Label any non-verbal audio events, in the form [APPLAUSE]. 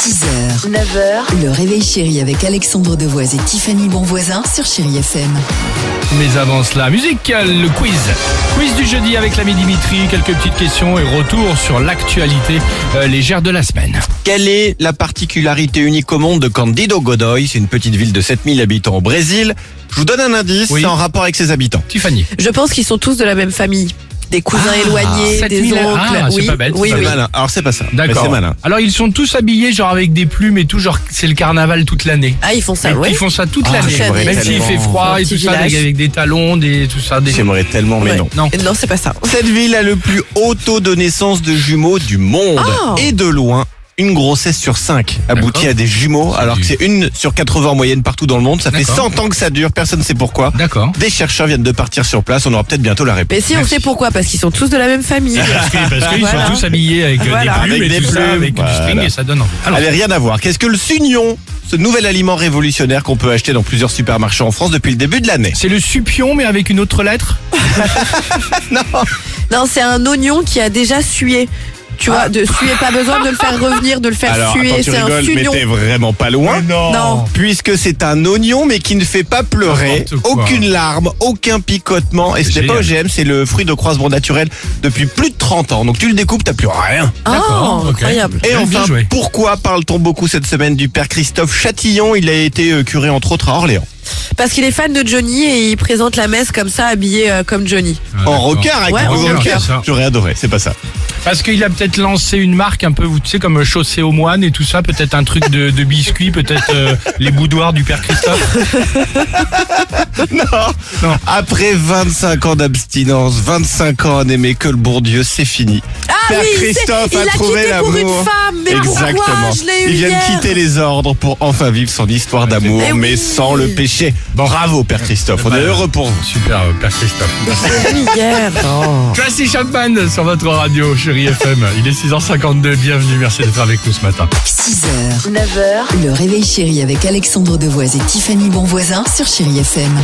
6h, 9h, le réveil chéri avec Alexandre Devoise et Tiffany Bonvoisin sur Chéri FM. Mais avant cela, musique, le quiz. Quiz du jeudi avec l'ami Dimitri, quelques petites questions et retour sur l'actualité euh, légère de la semaine. Quelle est la particularité unique au monde de Candido Godoy C'est une petite ville de 7000 habitants au Brésil. Je vous donne un indice, Oui. c'est en rapport avec ses habitants. Tiffany. Je pense qu'ils sont tous de la même famille. Des cousins Ah, éloignés, 7000, des oncles. ah, c'est oui, pas bête, oui, c'est C'est oui. malin. Alors c'est pas ça. mais D'accord. C'est malin. Alors ils sont tous habillés genre avec des plumes et tout, genre c'est le carnaval toute l'année. Ah, ils font ça, Ils- oui. Ils font ça toute Ah, l'année. j'aimerais Même s'il tellement. fait froid Un et petit tout ça, avec, village. avec des talons, des tout ça, des. J'aimerais tellement, mais Ouais. non. Non. Non, c'est pas ça. Cette ville a le plus haut taux de naissance de jumeaux du monde. Oh. Et de loin, une grossesse sur 5 aboutit Ah. D'accord. à des jumeaux, C'est alors du- que c'est une sur 80 en moyenne partout dans le monde. Ça fait D'accord. 100 ans que ça dure, personne ne sait pourquoi. D'accord. Des chercheurs viennent de partir sur place, on aura peut-être bientôt la réponse. Mais si, on Merci. sait pourquoi, parce qu'ils sont tous de la même [LAUGHS] famille. Parce que- parce qu'ils Bah, Voilà. sont tous habillés avec euh, Voilà. des plumes Avec et des tout ça, plumes, avec du string voilà. et ça donne envie. Alors, Allez, rien à voir. Qu'est-ce que le sugnon Ce nouvel aliment révolutionnaire qu'on peut acheter dans plusieurs supermarchés en France depuis le début de l'année. c'est le supion mais avec une autre lettre Non, c'est un oignon qui a déjà sué. Tu Ah. vois, de suer, pas besoin de le faire revenir, de le faire Alors, suer. attends, tu C'est un rigoles, mais sugnon. t'es vraiment pas loin. Oh, Non. Puisque c'est un oignon, mais qui ne fait pas pleurer. N'importe quoi. Aucune larme, aucun picotement. Et ce n'est pas OGM, c'est le fruit de croisement naturel depuis plus de 30 ans. Donc tu le découpes, t'as plus rien. Ah, D'accord, ok. incroyable. Et Bien enfin, joué. pourquoi parle-t-on beaucoup cette semaine du père Christophe Chatillon Il a été euh, curé entre autres à Orléans. Parce qu'il est fan de Johnny et il présente la messe comme ça, habillé euh, comme Johnny. Ah, en d'accord. rocard, avec Ouais, un en gros rocard, cœur. c'est ça. J'aurais adoré, c'est pas ça. Parce qu'il a peut-être lancé une marque un peu, vous tu sais, comme chaussée aux moines et tout ça, peut-être un truc de, de biscuit, peut-être euh, les boudoirs du père Christophe. Non. Non. Après 25 ans d'abstinence, 25 ans à n'aimer que le bon Dieu, c'est fini. Ah Père oui, c'est- Christophe il a l'a trouvé quitté pour une l'amour. femme, mais pourquoi Exactement. je l'ai eu Il vient hier de quitter les ordres pour enfin vivre son histoire d'amour, Eh oui. mais sans le péché. Bravo, Père Christophe. On est heureux pour [LAUGHS] vous. Super, euh, père Christophe. Hier. Tracy Chapman sur votre radio, chérie FM. Il est 6h52, bienvenue, merci d'être avec nous ce matin. 6h, 9h, le réveil chéri avec Alexandre Devoise et Tiffany Bonvoisin sur Chéri FM.